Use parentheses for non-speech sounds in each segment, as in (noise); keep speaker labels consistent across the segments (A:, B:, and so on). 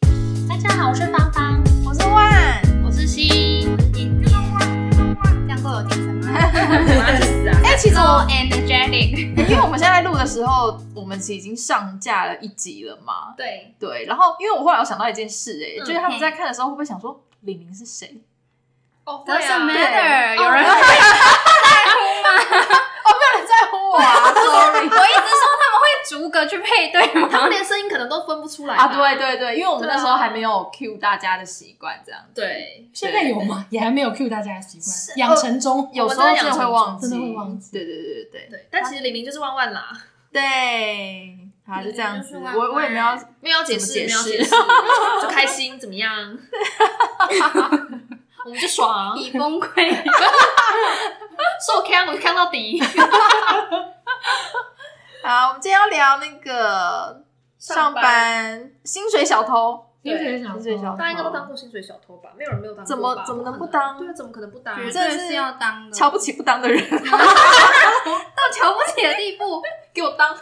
A: 大家好，我是芳芳，
B: 我是万，
A: 我是西。
B: 这样够有精神吗？
A: (laughs)
B: 哎、
C: (laughs)
B: 其实
A: So (laughs)
B: 我、
A: energetic。
B: 因为我们现在录的时候，我们是已经上架了一集了嘛。
A: 对，
B: 对，然后因为我后来有想到一件事、哎、
A: 嗯
B: 就是他们在看的时候会不会想说玲玲是谁？
D: 哦，会
A: Doesn't
D: 啊，
A: matter，有人
B: 在乎吗？哦，没有人在乎我
C: (laughs)
B: 啊，sorry
D: 我一直说他们会逐个去配对
A: 他
D: 吗
A: 们？连声音可能都分不出来吧
B: 啊，对对对，因为我们那时候还没有 cue 大家的习惯，这样子。
A: 对，
C: 啊现在有吗？也还没有 cue 大家的习
B: 是哦
C: 惯，养成中。
B: 有时候真的会忘记，
C: 真的会忘记
B: 对对对对对
A: 对，但其实玲玲就是万万啦，
B: 对，他是这样子。
D: 对就是
B: 我我也没有，
A: 没有要解
B: 怎
A: 释，
B: 么解
A: 没
B: 释
A: 有解释，就开心怎么样？ (laughs) 我们就爽，啊
D: 已崩溃，
A: (laughs) 受看我就看到底。
B: 好，我们今天要聊那个 (laughs) 上
A: 上班
B: 班薪水小偷，
C: 薪水小偷
B: 薪水小偷，
A: 大家应该都当过薪水小偷吧？没有人没有当过吧，
B: 怎么怎么能不当
A: 对啊，怎么可能不当？
B: 觉
D: 绝
B: 得
D: 对是要当的，
B: 瞧不起不当的人，
D: 到瞧不起的地
A: (laughs)
D: 步。
B: 给我当。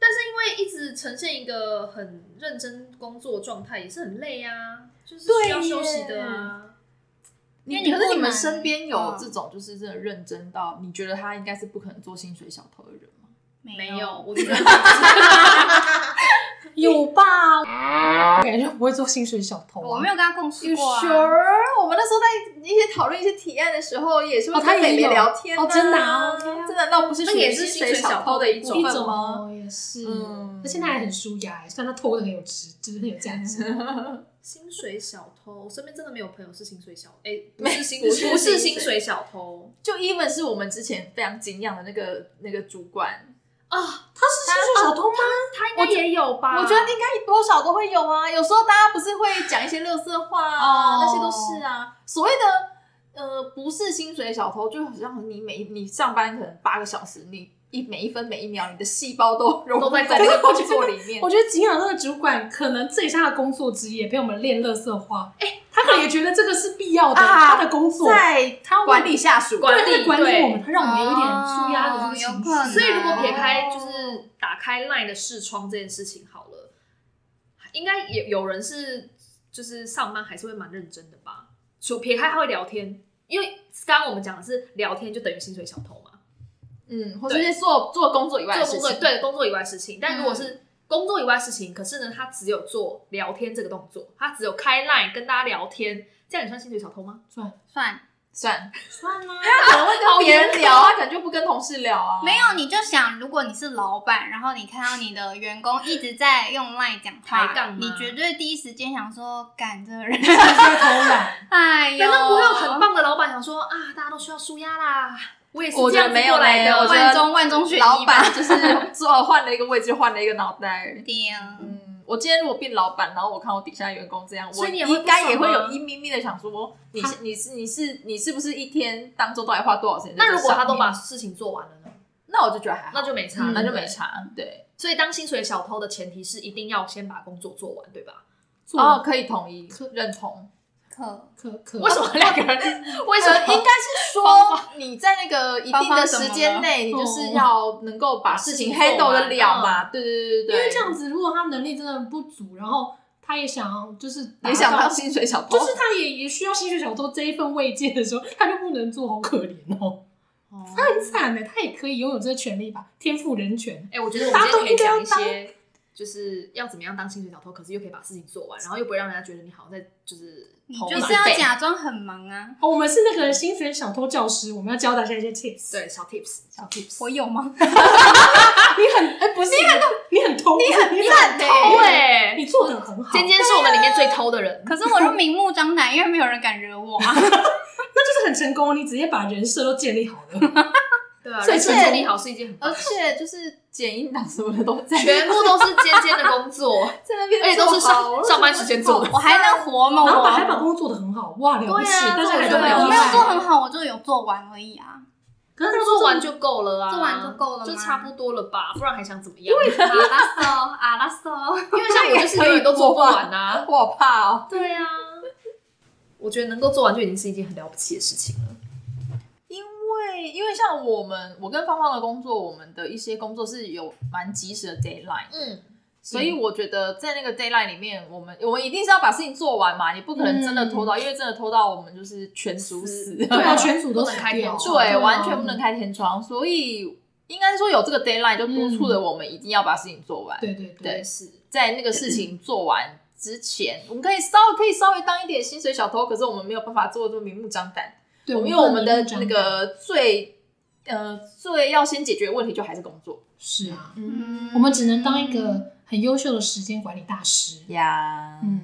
A: 但是因为一直呈现一个很认真工作状态，也是很累啊，就是需要
B: 对耶
A: 休息的啊。
D: 因为
B: 你
D: 你
B: 可是
D: 不
B: 你们
D: 能
B: 身边有
D: 嗯
B: 这种就是真的认真到你觉得他应该是不可能做薪水小偷的人吗？
A: 没有，，我觉得
C: 有吧？我感觉不会做薪水小偷啊。
D: 我没有跟他共事过啊。
B: sure？我们那时候在一些讨论一些提案的时候，也是会
C: 哦他
B: 跟北
C: 也
B: 北
C: 有
B: 聊天啊、
C: 哦真的啊，OK 啊
B: 这难道不是
A: 那
B: 属于
A: 也是
B: 薪水
A: 薪水小偷的一种
B: 部分吗？
C: 哦，也是。
B: 嗯
C: 而且他还很舒压欸，虽然他偷的很有值，就是很有价值。
A: (laughs) 薪水小偷，我身边真的没有朋友是薪水小，哎、不是薪不是薪水小偷
B: 就 even 是我们之前非常敬仰的那个那个主管，
A: 啊，
C: 他是薪水小偷吗？
A: 他应该也有吧？
B: 我觉得应该多少都会有啊。有时候大家不是会讲一些乐色话啊，
C: 哦
B: 那些都是啊。所谓的呃，不是薪水小偷，就好像你每你上班可能八个小时，你一每一分每一秒，你的细胞都融
A: 都
B: 入
A: 在
B: 在那个工作里
A: (laughs)
B: 面
C: 我。觉得景仰那个主管，可能这也是他的工作之一，陪我们练乐色话。哎，他可能也觉得这个是必要的，
B: 啊
C: 他的工作，
B: 在
C: 他
B: 管理下属，
A: 管
C: 对，他在管
A: 对
C: 理我们，他让我们有一点舒压的这个
D: 哦有
C: 情绪
D: 可能。
A: 所以如果撇
B: 哦
A: 开就是打开 LINE 的视窗这件事情好了，应该也有人是就是上班还是会蛮认真的吧？除撇开他会聊天，因为刚刚我们讲的是聊天就等于薪水小偷嘛，
B: 嗯，或者是做做工作以外的
A: 做
B: 事
A: 工作
B: 情，嗯
A: 对工作以外的事情。但如果是工作以外的事情，可是呢，他只有做聊天这个动作，他只有开 LINE 跟大家聊天，这样你算薪水小偷吗？
D: 算
A: (laughs)
B: 算 (laughs)
C: 算啦，
B: 他可能会跟别人聊，
A: 好
B: 啊
A: 严格
B: 他可能就不跟同事聊啊。
A: 哦
D: 没有，你就想，如果你是老板，然后你看到你的员工一直在用 LINE 讲
A: 抬
D: 话
A: 杠，吗
D: 你绝对第一时间想说，赶这
A: (laughs)
D: 个人，
C: 他在偷懒。
D: 哎呦，
B: 啊
A: 难道不会有很棒的老板想说啊，大家都需要舒压啦，我也是
B: 我
A: 这
B: 觉得
A: 样子
B: 没有
A: 过来
B: 嘞
A: 的，
B: 我觉得
D: 万中万中选一吧
B: 老板就是做换了一个位置，换了一个脑袋。
D: 点？
B: 嗯，我今天如果变老板，然后我看我底下员工这样，
A: 所以你也
B: 我
A: 会
B: 应该
A: 不爽
B: 也
A: 吗
B: 会有一咪咪的想说，你是你是你是你是不是一天当中到底花多少时间在
A: 那
B: 这
A: 如
B: 上面？
A: 果他都把事情做完了呢？
B: 那我就觉得还好，
A: 那就没差，
B: 嗯那就
A: 对
B: 没。差，对。
A: 所以当薪水小偷的前提是一定要先把工作做完，对吧？
C: 做
B: 哦，可以同意认同，
D: 可
C: 可
B: 嗯
C: 可
A: 为什
B: 啊
A: 么两个人？为什么
B: 呃应该是说你在那个一定
D: 方
B: 的
D: 法
B: 时间内，你
C: 怎么
B: 就
C: 了
B: 是要能够把事情啊
A: 把事情做
B: handle
A: 完啊
B: 得了嘛，对对对对
C: 因
B: 对，
C: 为这样子，如果他能力真的不足，然后他也想要就是达
B: 也想
C: 到
B: 当薪水小偷，
C: 就是他也也需要薪水小偷这一份慰藉的时候，他就不能做，好可怜哦，他很惨的，他也可以拥有这个权利吧，天赋人权。
A: 哎哎、我觉得我们今天可以讲一些，就是要怎么样当薪水小偷，可是又可以把事情做完，然后又不会让人家觉得你好像在就是
D: 你
A: 偷
D: 就
A: 懒
D: 是要
A: 对
D: 假装很忙啊。
C: 哦，我们是那个薪水小偷教师，我们要教大家一些 tips。
A: 对小 tips 小 tips。
D: 我有吗？
C: 你很哎，不是你很你很偷，你很你很
A: 偷
B: 欸
A: 哎、
C: 你做的很好，
A: 尖尖是我们里面最偷的人，
D: 可是我就明目张胆，因为没有人敢惹我啊。
A: (laughs)
C: 那就是很成功，你直接把人设都建立好了。哦
A: 对啊，
B: 所以呃
A: 人生
B: 这
A: 建立好是一件很棒
B: 而且就是剪音档什么的都在
A: 全部都是尖尖的
B: (laughs)
A: 工作，
B: 在那边，
A: 而且都是上上班时间做的
D: 哦我还能活吗？
C: 然后
D: 我
C: 把还把工作做的很好，哇，了不起！
A: 对啊
C: 大家也
A: 做
C: 都
A: 得
C: 没
A: 很好
C: 有
D: 没有做很好，我就有做完而已啊。
C: 可是他
A: 做完
C: 就
A: 就够了啊，
D: 做完就够了吗
A: 就差不多了吧，不然还想怎么样？ (laughs)
D: 阿拉斯哦，阿拉斯哦，
A: 因为像我就是永远都做不完
B: (laughs)
A: 啊。
B: 我好怕哦。
A: 对啊，我觉得能够做完就已经是一件很了不起的事情了。
B: 因为因为像我们，我跟芳芳的工作，我们的一些工作是有蛮及时的 deadline，
A: 嗯，
B: 所以我觉得在那个 d a y l i n e 里面，我们我们一定是要把事情做完嘛，你不可能真的拖
A: 嗯
B: 到，因为真的拖到我们就是全熟死。
C: 对啊，全组都
A: 不能开
C: 掉
A: 天窗
B: (laughs) 对，
C: 啊
B: 完全不能开天窗，所以应该说有这个 d a y l i n e 就督
A: 嗯
B: 促了我们一定要把事情做完。
C: 对对
B: 对
A: 也是，
B: 在那个事情做完之前，我们可以稍可以稍微当一点薪水小偷，可是我们没有办法做得这么明目张胆，
C: 对，
B: 因为我们的
C: 不能
B: 那
C: 明目张胆
B: 个最呃最要先解决的问题就还是工作。
C: 是啊，
D: 嗯
C: 我们只能当一个很优秀的时间管理大师。
B: 呀
C: 嗯，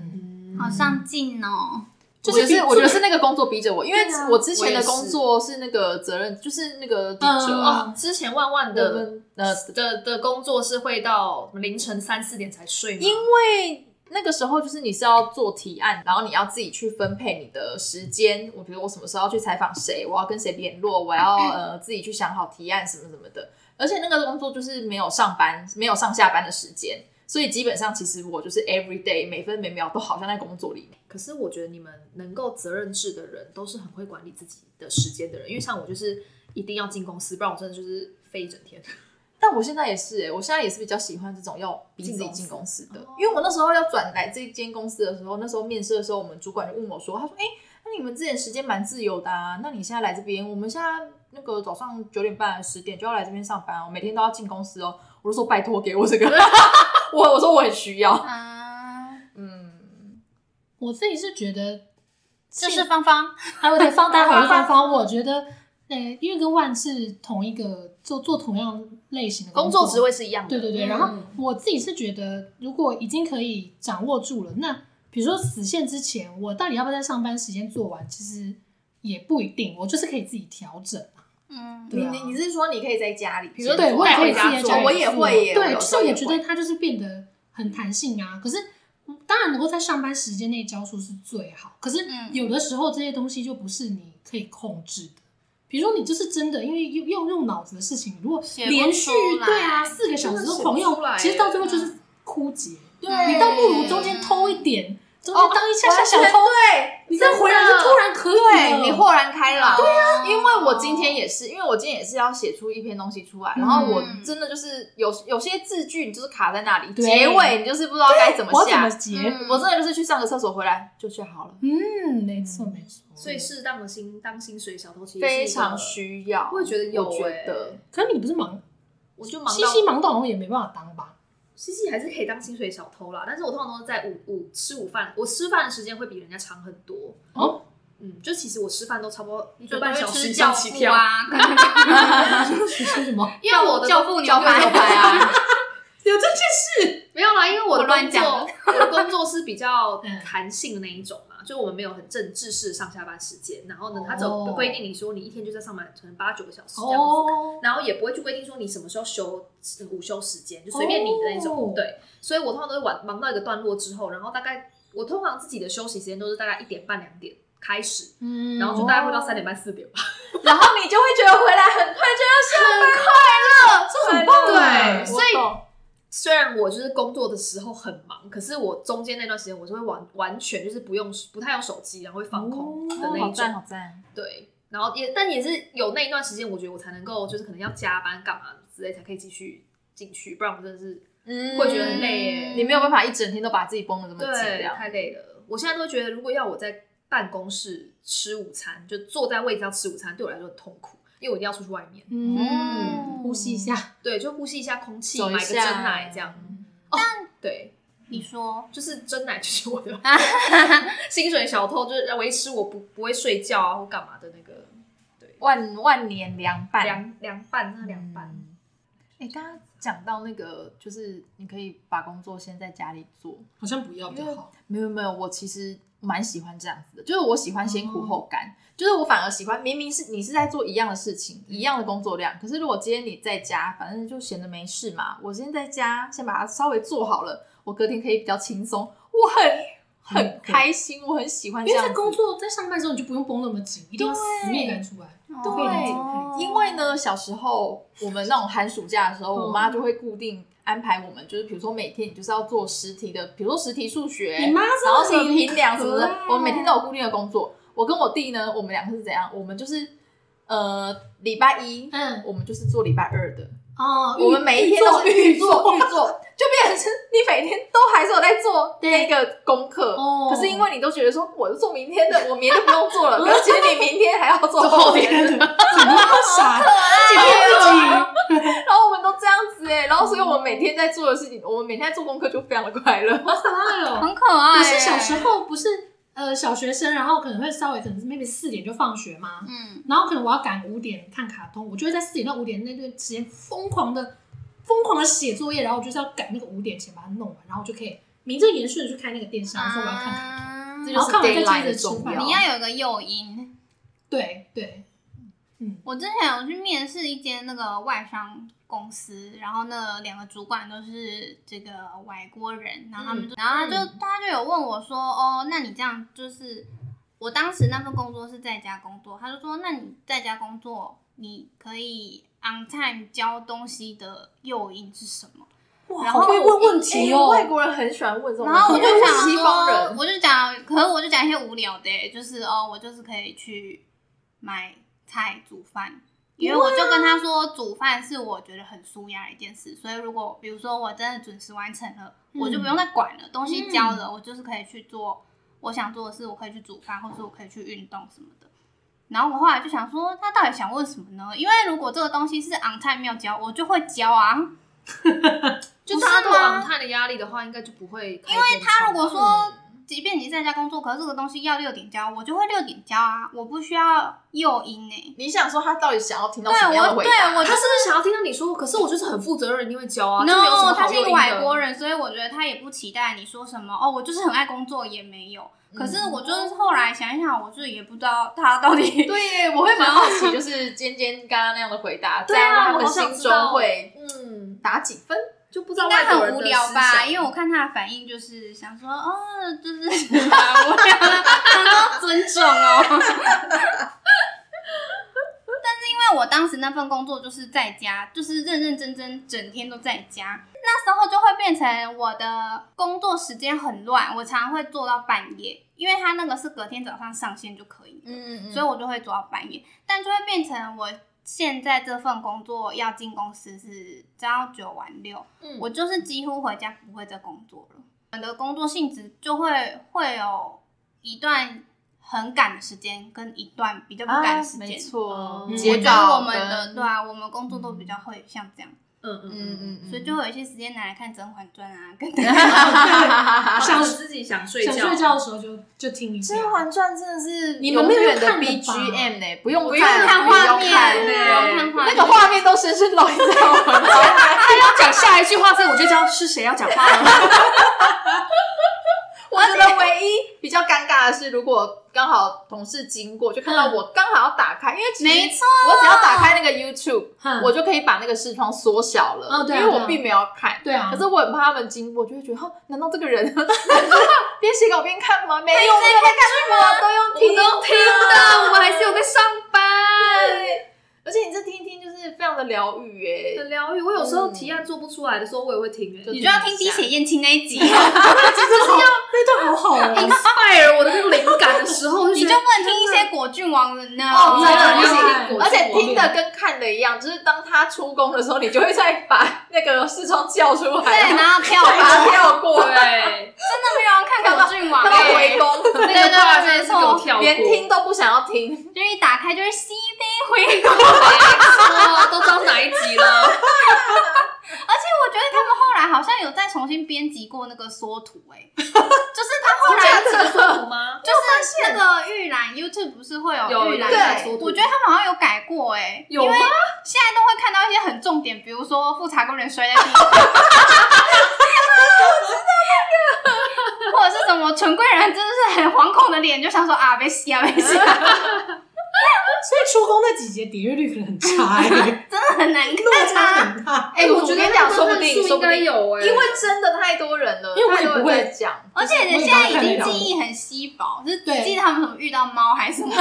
A: 嗯
D: 好上进哦，
B: 就
C: 就是
B: 是
C: 比
B: 我觉得是那个工作逼着我，因为
C: 对啊
B: 我之前
A: 我也
B: 的
A: 是
B: 工作是那个责任，就是那个记者
C: 嗯
B: 啊，
A: 哦，之前万万
B: 我
A: 的
B: 们呃
A: 的的工作是会到凌晨三四点才睡吗？
B: 因为那个时候就是你是要做提案，然后你要自己去分配你的时间。我比如我什么时候要去采访谁，我要跟谁联络，我要呃自己去想好提案什么什么的。而且那个工作就是没有上班，没有上下班的时间，所以基本上其实我就是 every day 每分每秒都好像在工作里面。
A: 可是我觉得你们能够责任制的人，都是很会管理自己的时间的人。因为像我就是一定要进公司，不然我真的就是飞一整天。
B: 但我现在也是、欸，我现在也是比较喜欢这种要逼自己进公司哦的
A: 进公，司
B: 因为我那时候要转来这间公司的时候，那时候面试的时候，我们主管就问我说：“他说，哎、那你们之前时间蛮自由的啊，那你现在来这边，我们现在那个早上九点半、十点就要来这边上班哦，我每天都要进公司哦。”我就说：“拜托，给我这个， (laughs) 我我说我很需要。
D: 啊，”
B: 嗯，
C: 我自己是觉得，
D: 这是芳芳，
C: 还有点 (laughs) 放大好一点方，我觉得，呃，因为跟万是同一个做做同样类型的
A: 工
C: 作嗯
A: 作职位是一样的，
C: 对对对，然后我自己是觉得，如果已经可以掌握住了，那比如说死线之前，我到底要不要在上班时间做完，其实也不一定，我就是可以自己调整。
D: 嗯，
C: 对啊
B: 你你你是说你可以在家里，比
A: 如说
C: 对，我也
A: 带
C: 可
A: 回
C: 以自
A: 家
C: 己在
A: 做
C: 家里
B: 我也
C: 做
B: 会耶我
C: 对，
B: 有时
C: 所
B: 候
C: 以
B: 也
C: 我觉
B: 会
C: 得它就是变得很弹性啊。可是嗯当然能够在上班时间内交出是最好，可是
D: 嗯
C: 有的时候这些东西就不是你可以控制的。比如说，你就是真的，因为用用用脑子的事情，如果
D: 写不
C: 连续
D: 出来
C: 对啊四个小时都狂用
A: 真的写不出，来
C: 其实到最后
B: 嗯
C: 就是枯竭。
B: 对
C: 你倒不如中间偷一点，中间当一下下小
B: 哦完全
C: 偷，
B: 对，
C: 你再回来就突然可以了。
B: 对你豁然开朗。
D: 对啊
B: 因为我今天也是，因为我今天也是要写出一篇东西出来，然后我
A: 嗯
B: 真的就是有有些字句你就是卡在那里，
C: 对
B: 结尾你就是不知道该怎么
C: 我要怎
B: 下
C: 么。结？
D: 嗯
B: 我真的就是去上个厕所回来就去好了，
C: 嗯，没错没错。
A: 所以适当的薪当薪水小偷其实是一个
B: 非常。需要。
A: 我也觉得有
B: 我觉
A: 欸
B: 得
C: 可是你不是忙
A: 我就忙
C: 西
A: 到
C: 西忙到好像也没办法当 (laughs) 吧？
A: 西西还是可以当薪水小偷啦，但是我通常都是在午午吃午饭，我吃饭的时间会比人家长很多。
C: 哦，
A: 嗯，就其实我吃饭都差不多一
D: 就
A: 个半小时
D: 吃
A: 以
D: 教
A: 上起
D: 父
A: 跳，
D: 啊，
C: 你说什么？
A: 因为我的
D: 教父牛
B: 教父牛排
D: 排，
B: 啊，
C: 有这件事？
A: 没有啦，因为我的
D: 我乱
A: 工
D: 讲 (laughs)
A: 作，我的工作是比较
C: 嗯
A: 弹性的那一种嘛，就我们没有很正制式上下班时间，然后呢
C: 哦，
A: 他只有规定你说你一天就在上班，可能八九个小时这样子，
C: 哦，
A: 然后也不会去规定说你什么时候休呃午休时间，就随便你的那种。
C: 哦
A: 对，所以我通常都会晚忙到一个段落之后，然后大概我通常自己的休息时间都是大概一点半两点开始，
C: 嗯
A: 然后就大概会到三点半四点吧。
B: (laughs)
A: (laughs)
B: 然后你就会觉得回来很快就要上班，很快欸乐，
C: 这很棒
B: 对
C: 哎
A: 所以
B: 我懂
A: 虽然我就是工作的时候很忙，可是我中间那段时间我是会完完全就是不用不太用手机，然后会放
C: 哦
A: 空的那
B: 哦好
A: 一种。
B: 赞好赞，
A: 对，然后也但也是有那一段时间，我觉得我才能够就是可能要加班干嘛之类才可以继续进去，不然我真的是
B: 嗯
A: 会觉得很累耶、
B: 你没有办法一整天都把自己绷得这么紧，这
A: 对，
B: 样
A: 太累了。我现在都觉得，如果要我在办公室吃午餐，就坐在位置上吃午餐，对我来说很痛苦，因为我一定要出去外面，
C: 嗯，呼吸一下，
A: 对，就呼吸一下空气，
B: 走一
A: 买个
B: 下
A: 真奶这样。对，
D: 你说
A: 就是真奶就是我的薪水小偷，就是让维持我不不会睡觉啊或干嘛的那个
B: 万万年凉拌，
A: 凉凉拌，那凉拌。
B: 嗯。哎、刚刚讲到那个，就是你可以把工作先在家里做。
C: 好像不要比较好。
B: 没有没有，我其实蛮喜欢这样子的，就是我喜欢先苦后甘，
C: 哦
B: 就是我反而喜欢，明明是你是在做一样的事情，一样的工作量，可是如果今天你在家，反正就闲着没事嘛，我今天在家先把它稍微做好了，我隔天可以比较轻松，我很很开心，我很喜欢这
C: 嗯因为
B: 样子。
C: 在工作在上班的时候，你就不用绷那么紧，一定要死面感出来。可以理解
D: 哦
C: 可
B: 因为，呢，小时候我们那种寒暑假的时候，
C: 嗯
B: 我妈就会固定安排我们，就是比如说每天你就是要做实体的，比如说实体数学，
C: 你妈
B: 然后
C: 真的
B: 实
C: 很
B: 体评量什么
C: 可
B: 的
C: 爱，
B: 我们每天都有固定的工作。我跟我弟呢，我们两个是怎样？我们就是呃，礼拜一
C: 嗯，
B: 我们就是做礼拜二的，
C: 哦，
B: 我们每一天都是预
C: 预
B: 做
C: 做
B: 预做，就变成是你每天都还是有在做那个功课。
C: 哦
B: 可是因为你都觉得说，我就做明天的，我明天就不用做
C: (laughs)
B: 了。可是其实你明天还要做
C: 做
B: 后
C: 后
B: 天
C: 天
B: 的，
C: 的，怎么那么傻？自己骗自己。
B: 然后我们都这样子哎、然后所以我们每天在做的事情，我们每天在做功课就非常的快乐。
C: 好可爱哦！
D: 很可爱、
C: 可
D: 欸。
C: 是小时，候不是呃小学生，然后可能会稍微可能是 maybe 四点就放学嘛，
D: 嗯，
C: 然后可能我要赶五点看卡通，我就会在四点到五点那段时间疯狂的疯狂的写作业，然后我就是要赶那个五点前把它弄完，然后就可以名正言顺的去看那个电视，然后说我要看卡。
D: 啊
B: 这
C: 然
B: 就
C: 后
B: 是
C: 看完再
B: deadline
C: 接
B: 的
C: 着吃
B: 重
C: 饭
B: 要。
D: 你要有个诱因。
C: 对对，嗯，
D: 我之前有去面试一间那个外商公司，然后那两个主管都是这个外国人，然后他们就，然后他就、他就有问我说，哦，那你这样就是，我当时那份工作是在家工作，他就说，那你在家工作，你可以 on time 交东西的诱因是什么？
C: 哇
D: 然后
C: 好会问问
B: 哎
C: 题哦，
B: 外国人很喜欢问这种问
D: 然
B: 题，
D: 后我就
B: 因为
D: 想
B: 西方
D: 说，
B: 人，
D: 我就讲，可是我就讲一些无聊的、就是哦，我就是可以去买菜煮饭，因为我就跟他说，煮饭是我觉得很舒压的一件事，所以如果比如说我真的准时完成了，
C: 嗯
D: 我就不用再管了，东
B: 嗯
D: 西交了，我就是可以去做我想做的事，我可以去煮饭，或是我可以去运动什么的。然后我后来就想说，他到底想问什么呢？因为如果这个东西是 on time 没有交，我就会交啊。
A: 就
D: 不是吗
A: 他如果昂探的压力的话，应该就不会开天窗。因为
D: 他如果
A: 嗯
D: 说，即便你在家工作，可是这个东西要六点交，我就会六点交啊，我不需要诱因呢、
B: 你想说他到底想要听到什么
D: 对
B: 样的
D: 我，
B: 回
D: 对
B: 答？
D: 我就是
A: 他不是想要听到你说，可是我就是很负责任，一定会教啊，就没有什
D: no，
A: 么
D: 他
A: 好
D: 是
A: 诱
D: 一个
A: 因的
D: 外国人，所以我觉得他也不期待你说什么哦，我就是很爱工作也没有。可是
A: 嗯
D: 我就是后来想一想，我就也不知道他到底
B: (laughs) 对耶，我会蛮好奇， (laughs) 就是尖尖刚刚那样的回答，
A: 对
B: 在
A: 啊
B: 他们
A: 我好想
B: 心
A: 知道
B: 中会
A: 嗯，
B: 打几分？
A: 就不知道
D: 应
A: 外
D: 该
A: 国
D: 很
A: 人
D: 无
A: 的
D: 聊
A: 思
D: 吧，
A: 想
D: 因为我看他的反应就是想说，哦，就是蛮无聊的，他说尊重哦。但是因为我当时那份工作就是在家，就是认认真真整天都在家，那时候就会变成我的工作时间很乱，我常常会做到半夜，因为他那个是隔天早上上线就可以了。
B: 嗯
D: 所以我就会做到半夜，但就会变成我现在这份工作要进公司是朝九晚六，
A: 嗯
D: 我就是几乎回家不会再工作了。我的工作性质就会会有一段很赶的时间，跟一段比较不赶的时间。
B: 啊没错
A: 哦，
C: 嗯
D: 我
B: 截
D: 觉得
B: 稿
D: 我们的
B: 跟
D: 对啊，我们工作都比较会像这样，
A: 嗯嗯
B: 嗯
A: 嗯
B: 嗯嗯，
D: 所以就会有一些时间拿来看《甄嬛传》啊，
B: (laughs)
D: 跟 (laughs)
A: 嗯，
B: 《
A: 像是自己想睡
C: 想睡觉的时候就就听一下。
B: 甄嬛传》真的是
C: 你们没有
B: 永远的
C: 看的吧
B: BGM 呢，不用
D: 不用看
B: 不
D: 画
B: 用
D: 面
B: 看
D: 不
B: 欸
D: 用看画
B: 那
D: 面
B: 个画面都深深烙印在我们脑海。
A: 他要讲下一句话，所以我就知道是谁要讲话了。
B: (laughs) 我觉得唯一比较尴尬的是，如果刚好同事经过，就看到我刚好要打开，因为其实
D: 没错
B: 我只要打开那个 YouTube，
C: 哼
B: 我就可以把那个视窗缩小了，
C: 嗯对啊
B: 因为
C: 对
B: 我
C: 啊
B: 并没有要看。
C: 对啊
B: 可是我很怕他们经过，就会觉得，哈，难道这个人 (laughs) 边写稿边看吗？没有，没有在看剧吗？都用听的，
A: 听的，我们还是有在上班。
B: 对而且你这听一听就是非常的疗愈耶
A: 很。疗愈，我有时候提案做不出来的时候，我也会听、欸，
B: 就
D: 你就要听滴血验亲那
B: (laughs)
D: 一集，
C: 那段好好
D: 哎
C: 哦，
A: inspire 我的那个灵感的时候，我就
D: 你
A: 觉
D: 就
A: 得
D: 不能听一些果郡王了呢？
B: 哦，真的不
C: 厉害
B: 行！而且听的跟看的一样，就是当他出宫的时候，你就会再把那个视窗叫出来，
D: 对，然后跳
B: 把
D: 吧
B: 它。跳过，
A: (laughs)
D: 没
A: 对，
D: 有人啊看果郡
B: (laughs)
D: 王、
B: 他
D: 欸，
B: 到回宫，
D: 对
A: 那个话
D: 对
A: 真的
D: 没
A: 是给我
D: 错，
A: 跳过，
B: 连听都不想要听。
D: 就一打开就是西杯回宫。
A: 哇，都知道哪一集了。 (laughs)
D: 而且我觉得他们后来好像有再重新编辑过那个缩图、欸，哎，就是他后来
A: 这个说服吗？
D: 就是那个预览 YouTube 不是会有
A: 有
D: 预览
B: 对
D: 的
A: 缩图
D: 我觉得他们好像有改过、欸，哎，
A: 有吗
D: 因为现在都会看到一些很重点，比如说富察宫人摔在地上。或者是什么纯贵人，真的是很惶恐的脸，就想说啊，别洗啊，别洗、啊，
C: 所以出宫那几节点阅率可能很差
D: (laughs)
C: (laughs) 哎，
D: 真的很难
C: 落
D: 看、啊。
C: 差很大。
B: 哎，我觉得跟你讲，说不定，说
A: 应
B: 不
A: 该
B: 定，
A: 有哎、 (laughs)
B: 因为真的太多人了，
C: 因为我也
B: 太多人
C: 不会
B: 在讲，
D: 而且人现在已经记忆很稀薄，就是只
C: 对
D: 记得他们怎么遇到猫还是什么。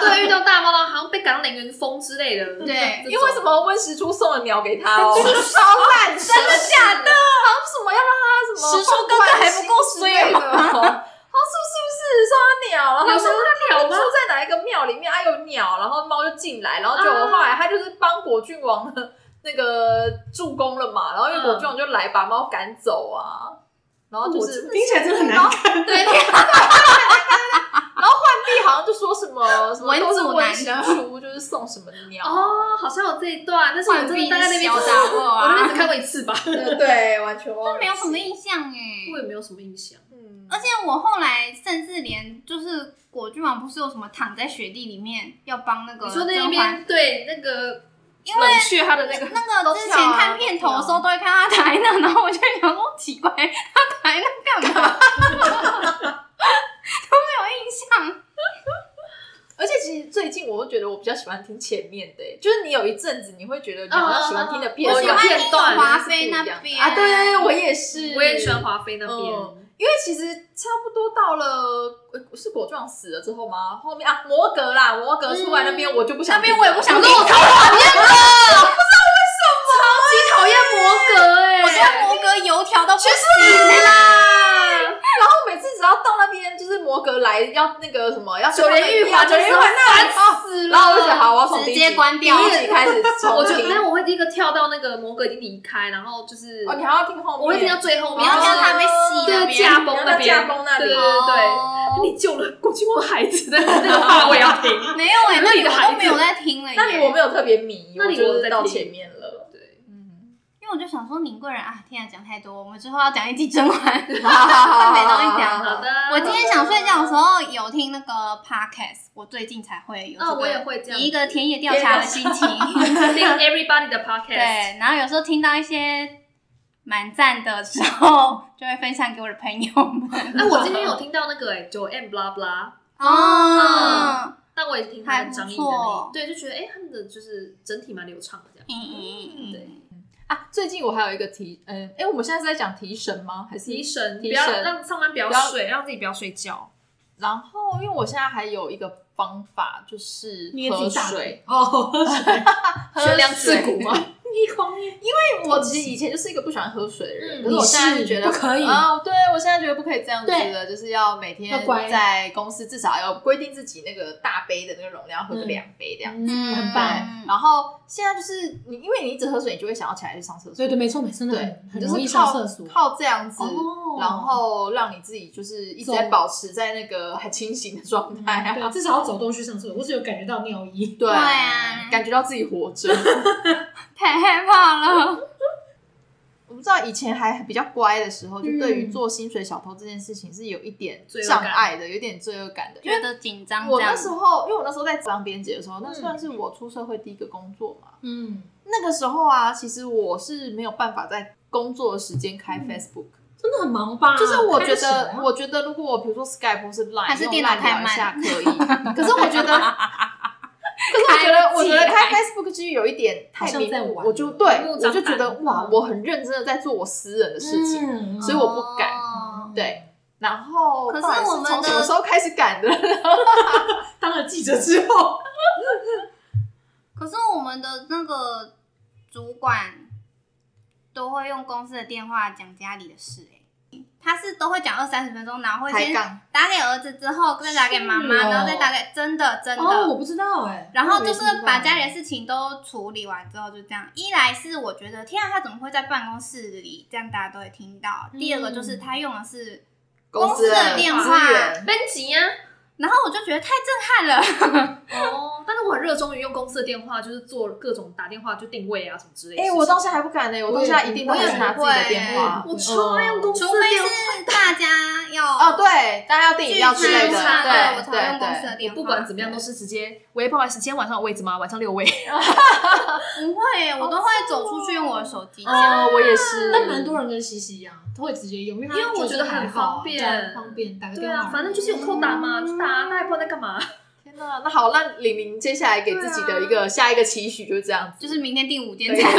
A: 对遇到大猫了，好像被赶到凌云峰之类的。
D: 对
A: 这种
B: 因为什？么温实初送了鸟给他哦，超烂，真的
D: 假
A: (laughs)
B: 的？然后什么要 (laughs) 让他什么
D: 实初哥哥还不够衰
B: (laughs) 吗？
D: 吗
B: 他哦说是不是送他鸟？然后
A: 有送
B: 他
A: 鸟吗
B: 住在哪一个庙里面？啊，有鸟，然后猫就进来，然后就
A: 啊
B: 后来他就是帮果郡王的那个助攻了嘛，然后因为
A: 嗯
B: 国军就来把猫赶走啊，然后就是
A: 我真的
E: 听起来真的很难看。
B: 对，然后浣碧好像就说什么什么都是温馨书，就是送什么鸟，
A: 哦，好像有这一段，但是我真的大概那边
D: 浣碧是小杂货啊
A: 我那边只看过一次吧， (laughs)
B: 对对，完全忘
D: 都
B: 了
D: 没有什么印象哎。
A: 我也没有什么印象。
B: 嗯
D: 而且我后来甚至连就是果郡王不是有什么躺在雪地里面要帮那个
A: 你说那
D: 呃甄
A: 一
D: 嬛
A: 边对那个
D: 因为
A: 冷却他的那个，
D: 那个之前
B: 都跳啊
D: 看片头的时候都会看他躺在那，然后我就想说奇怪，他躺在那干嘛？ (laughs) 都没有印象。
B: 而且其实最近我会觉得我比较喜欢听前面的、就是你有一阵子你会觉得你好像喜欢听的片
A: 我
B: 段
A: 喜欢
B: 片段
A: 听华
D: 妃那边
B: 是不一样的啊，对对对，我也是，
A: 我也喜欢华妃那边。
B: 嗯因为其实差不多到了，呃是果壮死了之后吗？后面啊，摩格啦，摩格出来那边我就不想
D: 那
B: 听了，
D: 边我也不想听，
B: 我
D: 我超
A: 超级讨厌摩格哎、
D: 我觉得摩格油条到不
B: 死
D: 行。
B: 啦！然后每次只要到那边，就是摩格来要那个什么，要
A: 九莲玉环
B: 九莲玉环那里死然后我就觉得好，我要从第一集
D: 直接关掉
B: 第一集开始重
A: 我就
B: 听。
A: 没有，我会立刻跳到那个摩格已经离开，然后就是
B: 哦，你还要听后面，
A: 我会听到最后
B: 你
A: 面，
B: 要
A: 就是
B: 听到他被
D: 吸那边
A: 对驾崩那边，
B: 驾崩那里
A: 对对对对
D: 哦
A: 你救了过去我孩子的那个话我也要听。
D: (laughs) 没有哎、那
A: 你说
D: 里
A: 你的
D: 我
A: 孩
D: 都
A: 子
D: 没有在听了耶。
B: 那里我没有特别迷，
A: 那里
B: 就
A: 我
B: 是
A: 在
B: 到
A: 听
B: 前面了。
A: 对，
B: 嗯，
D: 因为我就想说宁贵人啊，天啊，讲太多，我们之后要讲一集甄嬛。 (laughs)
B: 好好好，
D: 没东西讲
A: 好的，
D: 我今天想睡觉的时候有听那个 podcast，我最近才会有、这个。
A: 哦我也会这样
D: 以一个田野调查的心情。 (laughs)
A: 听 everybody 的 podcast，哎
D: 对，然后有时候听到一些蛮赞的时候，就会分享给我的朋友们。
A: 哎，我今天有听到那个哎九 M blah blah，
D: 哦，
A: 但我也是听他们张译的
D: 还不
A: 那
D: 错
A: 一，对，就觉得哎他们的就是整体蛮流畅的这样
D: 嗯。嗯嗯，
A: 对
D: 嗯
B: 啊，最近我还有一个提，嗯，哎，我们现在是在讲提神吗？还是
A: 提神，不
B: 提
A: 要
B: 神？
A: 让上班不要
B: 不要
A: 睡，让自己不要睡觉。
B: 然后，因为我现在还有一个方法，就是
C: 捏自
B: 喝
C: 己大
B: 水
C: 腿。哦，喝水，
A: 学梁刺股吗？
C: (laughs) 一狂捏，
B: 我其实以前就是一个不喜欢喝水的人，
A: 嗯
B: 可是我现在就觉得
C: 你是不可以
B: 啊、对我现在觉得不可以这样子的，就是要每天
C: 要乖
B: 在公司至少要规定自己那个大杯的那个容量，喝个两杯这样。
C: 嗯，很棒。
D: 嗯
B: 然后现在就是你，因为你一直喝水，你就会想要起来去上厕所。
C: 对对，没错没错，那
B: 对
C: 很，
B: 你
C: 很容易
B: 就是
C: 上
B: 靠
C: 厕所。
B: 靠这样子，
C: 哦
B: 然后让你自己就是一直在保持在那个很清醒的状态啊、
C: 嗯对，至少要走动去上厕所，我只有感觉到尿意。
B: (laughs) 对
D: 对啊
B: 感觉到自己活着。 (laughs)
D: 太害怕了。
B: 我不知道以前还比较乖的时候，就
C: 嗯
B: 对于做薪水小偷这件事情是有一点
A: 罪恶
B: 障
A: 感
B: 碍的，有点罪恶感的。因
D: 觉
B: 为
D: 得紧张
B: 我
D: 这
B: 那
D: 样，
B: 时候，因为我那时候在当编辑的时候，那算是我出社会第一个工作嘛。
C: 嗯，
B: 那个时候啊，其实我是没有办法在工作的时间开
C: 嗯
B: Facebook，、
C: 真的很忙吧？
B: 就是我觉
C: 看起来
B: 得，我觉得如果我比如说 Skype 或是 Line
D: 还是电脑太慢
B: 用 Line 聊一下可以，可是我觉得。
D: (laughs)
B: 可是
D: 开
B: 我觉得，
D: 不
B: 我
D: 起
B: 觉得
D: 来
B: 开 Facebook 其实有一点太
C: 好像
B: 明
C: 在
B: 目，
C: 玩
B: 我就对
A: 明目
B: 我
A: 张
B: 就觉得
A: 胆
B: 哇，我很认真的在做我私人的事情，
C: 嗯
B: 所以我不敢
D: 哦
B: 对，然后
D: 可是
B: 到底
D: 我们
B: 从什
D: 的
B: 么时候开始赶的？
C: 当了记者之后，
D: 可是我们的那个主管都会用公司的电话讲家里的事、欸，他是都会讲二三十分钟，然后会
B: 抬
D: 先
B: 杠，
D: 打给儿子，之后再打给妈妈，
C: 是哦
D: 然后再打给真的真的。
C: 哦，我不知道哎。
D: 然后就
C: 我以为
D: 是
C: 知道
D: 把家里的事情都处理完之后，就这样。一来是我觉得，天啊，他怎么会在办公室里这样，大家都会听到。
C: 嗯
D: 第二个就是他用的是，
B: 公
D: 司的电话
B: 资源
A: 班级呀，
D: 然后我就觉得太震撼
B: (laughs)
D: 了。
A: 哦，但是我很热衷于用公司的电话，就是做各种打电话就定位啊什么之类的
B: 哎、
A: 事情。
B: 我到现在还不敢呢、我到现在一定都
C: 我也
B: 是拿自己的电话
C: 不。
A: 我超爱用公司
D: 除
A: 的
D: 非
A: 电话，
D: 是大家要
B: 哦，对，大家要订饮料之类的，
D: 聚餐哦
B: 对
D: 我才
B: 对
D: 用公司的
B: 对。
D: 电话。
A: 不管怎么样都是直接喂，不好意思，今天晚上有位置吗？晚上六位。
D: 不会，我都会走出去用我的手机。
B: 哦，我也是，
C: 但蛮多人跟西西一样，都会直接用，因为他
A: 因为我
C: 觉
A: 觉得很
C: 还好啊
A: 方便
C: 对方便打个
A: 对
C: 电话而
A: 啊，
C: 已。
A: 反正就是有扣打嘛，就打啊，大家也不知道在干嘛。
B: 天哪，那好，那玲玲接下来给自己的一个、
D: 啊
B: 下一个期许就是这样子，
D: 就是明天订五间
B: 对
D: 餐，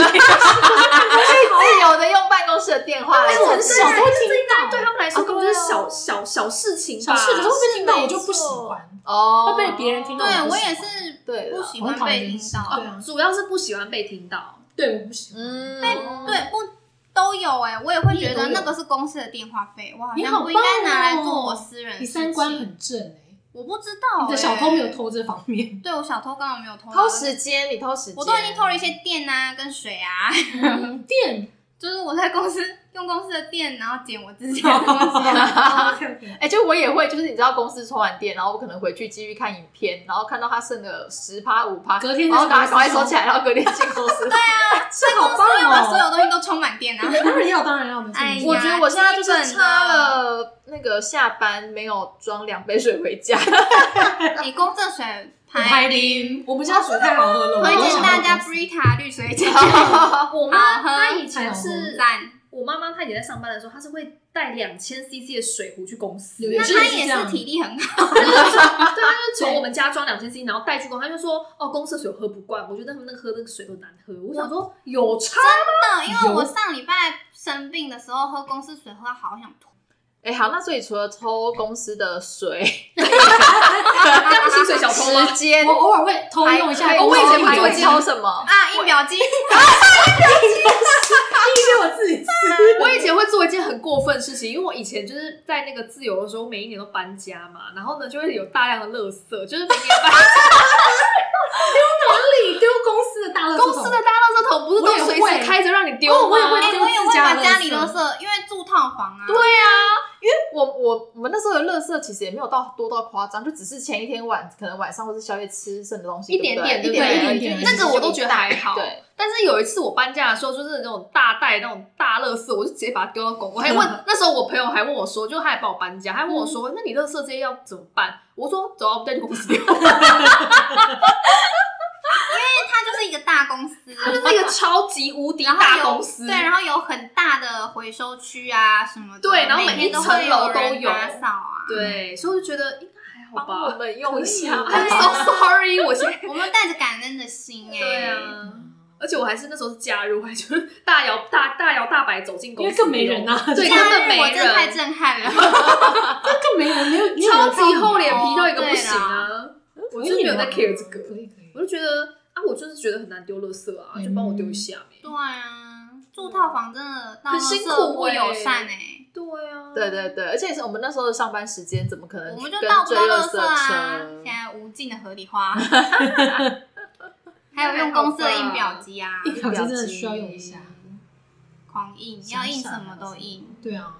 B: 自由的用办公室的电话来做
C: 哎很
B: 事。
C: 小都会听到，
A: 对他们来说，
B: 啊对啊
A: 根本就是小小小事情吧。
C: 小事，可是会被听到我就
B: 没
C: 不喜
B: 错
C: 欢，
B: 哦，
C: 会被别人听到。
D: 对我
C: 不喜
D: 也
C: 欢，
D: 是
B: 对
D: 不
B: 了，
D: 喜
C: 我很
D: 欢
C: 讨厌
D: 被
C: 这件
D: 听
C: 事
D: 到。
C: 对啊，
A: 主要是不喜欢被听到。
C: 对我不喜欢。
B: 嗯，
D: 对，不都有哎、我也会觉得
C: 你也
D: 那
C: 都有
D: 个是公司的电话费，我好
C: 你好
D: 像不应该拿来
C: 棒哦
D: 做我私人的
C: 你
D: 事情。
C: 三观很正哎，
D: 我不知道、
C: 你的小偷没有，偷这方面，
D: 对我小偷刚好没有偷啊
B: 偷时间，你偷时间，
D: 我都已经偷了一些电啊跟水啊， (laughs)
C: 电
D: 就是我在公司用公司的电，然后捡我自己的东西。
B: 哎、就我也会，就是你知道公司充完电，然后我可能回去继续看影片，然后看到它剩了十趴五趴，
C: 隔天就
B: 然后赶快
C: 去
B: 赶快
C: 公司
B: 收起来，然后隔天进公司。对啊，
C: 这 (laughs) 好
D: 我要把
C: 棒
D: 所
C: 哦！
D: 有东西都充满电啊！
C: 当然要，当然要，没错
D: 哎呀
C: 没错。
B: 我觉得我现在就
D: 基本
B: 是
D: 的
B: 差了那个下班没有装两杯水回家，
D: 你公正水
C: 海
D: 排
C: 林，我们家水太好喝了，
D: 推
C: 我
D: 荐
C: 想
D: 大家
C: 喝
D: Brita 绿水饺，
A: 啊我妈
D: 好喝
A: 她以前是
D: 赞。
A: 我妈妈，她以前在上班的时候，她是会带两千 CC 的水壶去公司，
C: 有
A: 对， (laughs)
C: 有
A: 她
D: 那
A: 就
D: 他
C: 些人是
D: 也
C: 这样
D: 是体力很好，
A: 是从我们家装两千 CC，然后带去公司，她就说哦，公司的水喝不惯，我觉得他们那个喝那个水都难喝。我想说有差
D: 真的，因为
C: 有
D: 我上礼拜生病的时候喝公司水，喝到好想吐。
B: 哎、好，那所以除了偷公司的水、
A: 吗？这样是薪水小偷吗
B: 时？间
C: 哦我，偶尔会偷用一下，哦
B: 还有
C: 我以前
B: 你
C: 会
B: 会
C: 偷
B: 偷什么？
D: 啊，印表机，
C: 因为我自己吃。
A: (laughs) 我以前会做一件很过分的事情，因为我以前就是在那个自由的时候，每一年都搬家嘛，然后呢就会有大量的垃圾，就是每年搬
C: 哪里丢公司的大垃圾桶
A: (laughs) 公司的大垃圾桶不是都随
C: 我也
A: 时
C: 会
A: 开着让你丢
C: 哦
A: 吗？
C: 我也会
D: 哎，
C: 丢
D: 我也
C: 自
D: 会
C: 家
D: 把
C: 垃圾
D: 家里垃圾，因为住套房啊，
A: 对啊，
B: 我我我们那时候的垃圾其实也没有到多到夸张，就只是前一天晚可能晚上或是宵夜吃剩的东西，
A: 一点点，
B: 对
A: 对
B: 不
A: 不
B: 对
A: 对？
C: 对一
B: 而已
C: 点点
A: 那个我都觉得还好。
B: 对，
A: 但是有一次我搬家的时候，就是那种大袋那种大垃圾，我就直接把它丢到公。我还问那时候我朋友还问我说，就他也帮我搬家，他还问我说，那你垃圾这些要怎么办？我说走啊，我们再去公司丢。 (laughs)
D: 因为它就是一个大公司，
A: 它就是一个超级无敌
D: 然后
A: 大
D: 有
A: 公司， (laughs)
D: 对，然后有很大的回收区啊什么的，
A: 对然后每
D: 每天
A: 一
D: 都
A: 层
D: 会
A: 楼
D: 有
A: 都
D: 人
A: 有
D: 打扫啊。
A: 对所以我就觉得应该还哦好
B: 帮我
A: 吧。哎
B: 们
A: (laughs)
B: 用一下。
C: 可以啊
A: I'm so sorry，我现在
D: 我们带着感恩的心哎，
A: (laughs) 对啊。而且我还是那时候是加入，我还就是大摇大大摇大摆走进公司，
C: 因为更没人啊
A: 对，
D: 假
A: 根
D: 日
A: 本没
D: 我真的太
A: 人，
D: 震撼了，
C: 更没人，没有
A: 超级厚脸皮到一个不行
D: 哦
A: 啊！我就是没有在 care 这个，我
C: 个。
A: 就觉得啊，我就是觉得很难丢垃圾啊，就帮我
B: 嗯
A: 丢一下呗。
D: 对啊，住套房真的到
A: 很辛苦
D: 垃圾不
A: 欸
D: 友善哎，
A: 对啊，
B: 对对对，而且是我们那时候的上班时间，怎么可能
D: 我们就
B: 跟
D: 到不
B: 追
D: 到
B: 垃
D: 垃圾
B: 圾
D: 啊，现
B: 车？
D: 在无尽的合理
C: (laughs)
D: 化，还有用公司的印表机啊，
C: 一条真的需要用一下。
D: 狂印，
B: 想
D: 要印
B: 想
D: 什么
B: 还有
D: 都
B: 什么
D: 印，
C: 对啊，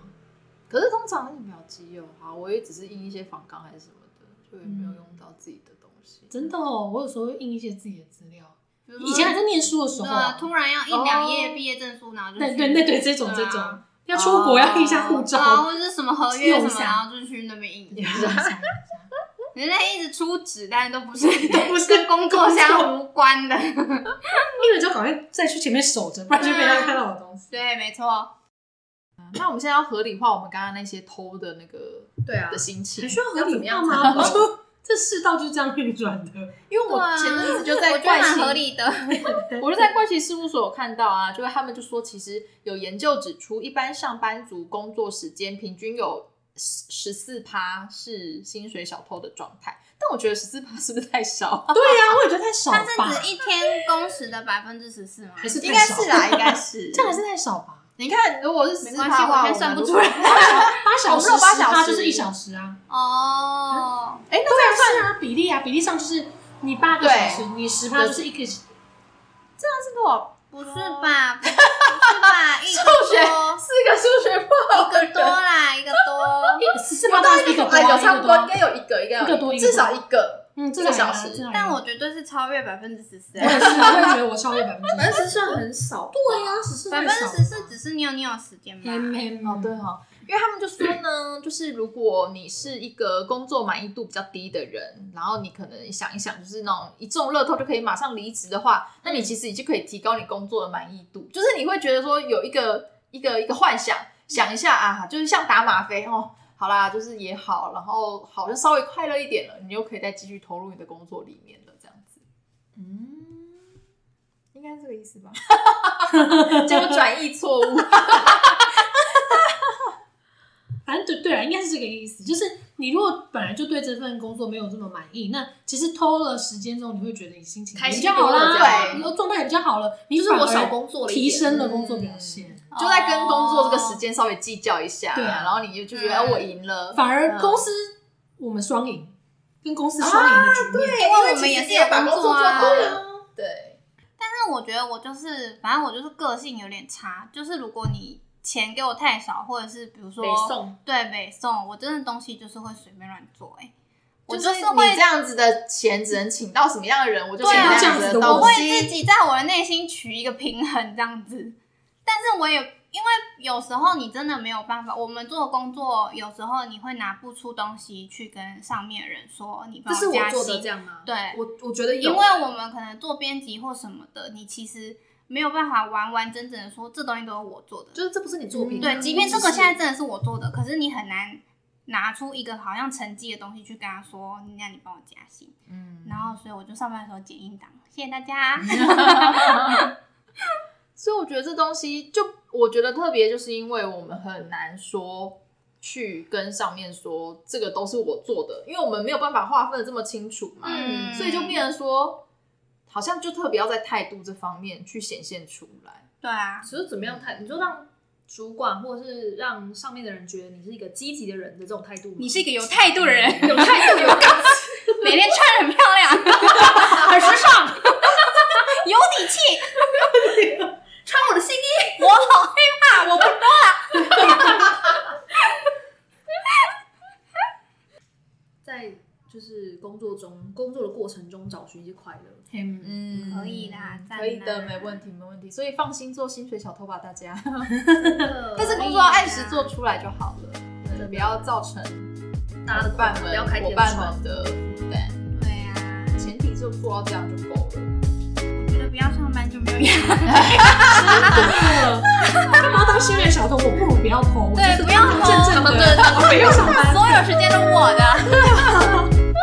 B: 可是通常印表机有啊，我也只是印一些仿钢还是什么的，就也没有
C: 嗯
B: 用到自己的东西。
C: 真的哦，我有时候会印一些自己的资料，
D: 比如说
C: 以前还在念书的时
D: 对
C: 候
D: 啊，
C: 啊，
D: 突然要
B: 哦
D: 印两页毕业证书，然后就
C: 那
D: 去
C: 对那对这种
D: 嗯对
C: 这
D: 啊
C: 种要出国要印一下护
D: 对啊，
C: 照，
D: 或者是什么合约什
C: 用
D: 么，
C: 一下
D: 然后就去那边印。
C: 印一下印一下
D: 人家一直出纸，但是都
C: (laughs)
D: 不是
C: 不是
D: 跟工作相无关的。
C: 印了就赶快再去前面守着，不然就被他看到我的东西。
D: 对，没错，
B: 那我们现在要合理化我们刚刚那些偷的那个
A: 对啊
B: 的，心情
C: 还，需要合理化
A: 要
C: 吗？
A: 怎么样才
C: 我这世道就是这样运转的，
B: 因为我前阵子就
D: 啊我
B: 在
D: 觉
B: 怪
D: 得蛮
B: 奇
D: 合理的。
B: 我就在怪奇事务所有看到啊，就是他们就说，其实有研究指出，一般上班族工作时间平均有十四趴是薪水小偷的状态。但我觉得十四趴是不是太少？
C: 对啊，我也觉得太少
D: 他
C: 了
D: 是
C: 吧，
D: 指一天工时的百分之十四吗？
C: 还是
B: (laughs) 应
C: 太
B: 该
C: 少
B: 是啦，应该是。
C: 这样还是太少吧？
B: 你看，如果是十
D: 没
B: 四
D: 关
B: 趴
D: 系，
B: 的话，
D: 我还
B: 们
D: 算不
B: 如
D: 出
B: 果
D: 来。
C: 八小
B: 我们
C: 时，
B: 有八小时
C: 它就是一小时啊。
D: 哦，
B: 哎，那这样
C: 是啊，比例啊，比例上就是你八个小时，你十趴就是一个，
B: 算是多少？
D: 不是吧？不是吧？一个
B: 数学
D: 多，
B: 四个数学不好
D: 一
B: 的
D: 个
B: 人
D: 多啦，一个多。
C: 十四趴到一个多啊，
B: 有
C: 一
B: 差
C: 个
B: 不多，
C: 多啊
B: 应，该有一个，应该有
C: 一个多一个
B: 至
C: 多
B: 少一个。
C: 嗯，这
B: 一个
C: 个
B: 小时
D: 但我绝对是超越百分之十四
C: 我。也是，我也觉得我超越百分之
A: 反
C: 十。
A: 正只算很少。
C: 对啊，十四
D: 百分之十四只是尿尿时间吧？
C: 嗯嗯
B: 哦，
C: 哦，
B: 对
C: 对，
B: 哈、因为他们就说呢，就是如果你是一个工作满意度比较低的人，然后你可能想一想，就是那种一中乐透就可以马上离职的话，那你其实已经可以提高你工作的满意度，就是你会觉得说有一个一个一个幻想，想一下啊，就是像打吗啡哦。好啦，就是也好，然后好像稍微快乐一点了，你又可以再继续投入你的工作里面了，这样子，
A: 嗯，
B: 应该是这个意思吧？结果转译错误，
C: 反正对对啊，应该是这个意思。就是你如果本来就对这份工作没有这么满意，那其实偷了时间之后，你会觉得你心情
A: 开
C: 比
A: 心
C: 较好
A: 多了
C: 啦，
B: 对
C: 你的状态也比较好了，你
A: 就是我
C: 反而
A: 少工作了一
C: 提
A: 点
C: 升了工作表现，
D: 嗯哦
B: 就在跟工作这个时间稍微计较一下，
C: 对啊
B: 然后你就就觉得、哦
D: 嗯
B: 哎我赢了，
C: 反而
B: 嗯
C: 公司我们双赢。跟公司双赢的局面。
B: 啊对，因为
D: 我们
B: 其
D: 也
B: 实
D: 是
B: 也
D: 有
B: 把
D: 工
B: 工
D: 作
B: 作做
D: 啊
B: 好了。
A: 嗯
B: 对，
D: 但是我觉得我就是，反正我就是个性有点差，就是如果你钱给我太少，或者是比如说
A: 北宋
D: 对北送，我真的东西就是会随便乱做、哎，我
B: 就是
D: 是
B: 你
D: 会
B: 这样子的钱只能请到什么样的人，我就
D: 对
B: 请
D: 啊
B: 到这样子的
C: 我
B: 东
D: 我会自
B: 西。
D: 己在我的内心取一个平衡这样子。但是我也因为有时候你真的没有办法，我们做工作有时候你会拿不出东西去跟上面人说你
A: 这
D: 帮
A: 是我
D: 加
A: 做的
D: 薪
A: 这，样吗？
D: 对
A: 我我觉得有，
D: 因为我们可能做编辑或什么的，你其实没有办法完完整整的说这东西都是我做的。
A: 就是这不是你作品啊，
D: 嗯对，即便这
A: 我
D: 个
A: 只是
D: 现在真的是我做的，可是你很难拿出一个好像成绩的东西去跟他说，那你帮我加薪。
B: 嗯，
D: 然后，所以我就上班的时候剪音档，谢谢大
A: (laughs)
D: 家。 (laughs)
B: 所以我觉得这东西就我觉得特别，就是因为我们很难说去跟上面说这个都是我做的，因为我们没有办法划分的这么清楚嘛，
D: 嗯
B: 所以就变成说，好像就特别要在态度这方面去显现出来。
D: 对啊，
A: 只是怎么样态，你就让主管或者是让上面的人觉得你是一个积极的人的这种态度吗，嗯
D: 你是一个有态度的人，
A: 有态度有感
D: 每天穿得很漂亮，
A: 很时尚，
D: 有底气。
A: 穿我的新衣，
D: 我好害怕，我不多了。
A: (laughs) 在就是工作中工作的过程中找寻一些快乐。
C: 嗯，
B: 嗯
D: 可以啦赞啦
B: 可以的，没问题，没问题。所以放心做薪水小偷吧，大家。但
D: (laughs)
A: 但
B: 是工作要按时做出来就好了，对，不要造成
A: 大家的
B: 伴
A: 不要
B: 们、
A: 开
B: 伙
A: 天
B: 伴
A: 窗
B: 们的负担。
D: 对啊，
B: 前提就做到这样就够了。
D: 我觉得不要上班就没有压力。
C: 干嘛当新人小偷？我不如不要偷，我就是
D: 对，不要
C: 堂堂正
D: 偷，
C: 正的，我不用上班，
D: 所有时间都我的，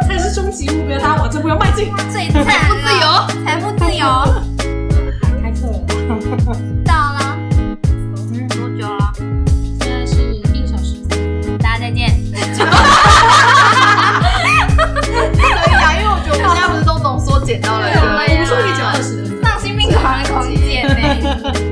C: 才是终极目标。大家往这步要迈进，
D: 最惨了，财富自由，财富自由， (laughs)
C: 开课了，
D: 到了，嗯多久了？
C: 现在是一个小时。
D: 大家再见。
B: 可以啊，因为我觉得我们现在不是都浓缩剪到了一
A: 对啊
B: 个，
A: 我们
C: 我们说可以讲二十分钟。
D: (laughs) 丧心病狂的空间呢。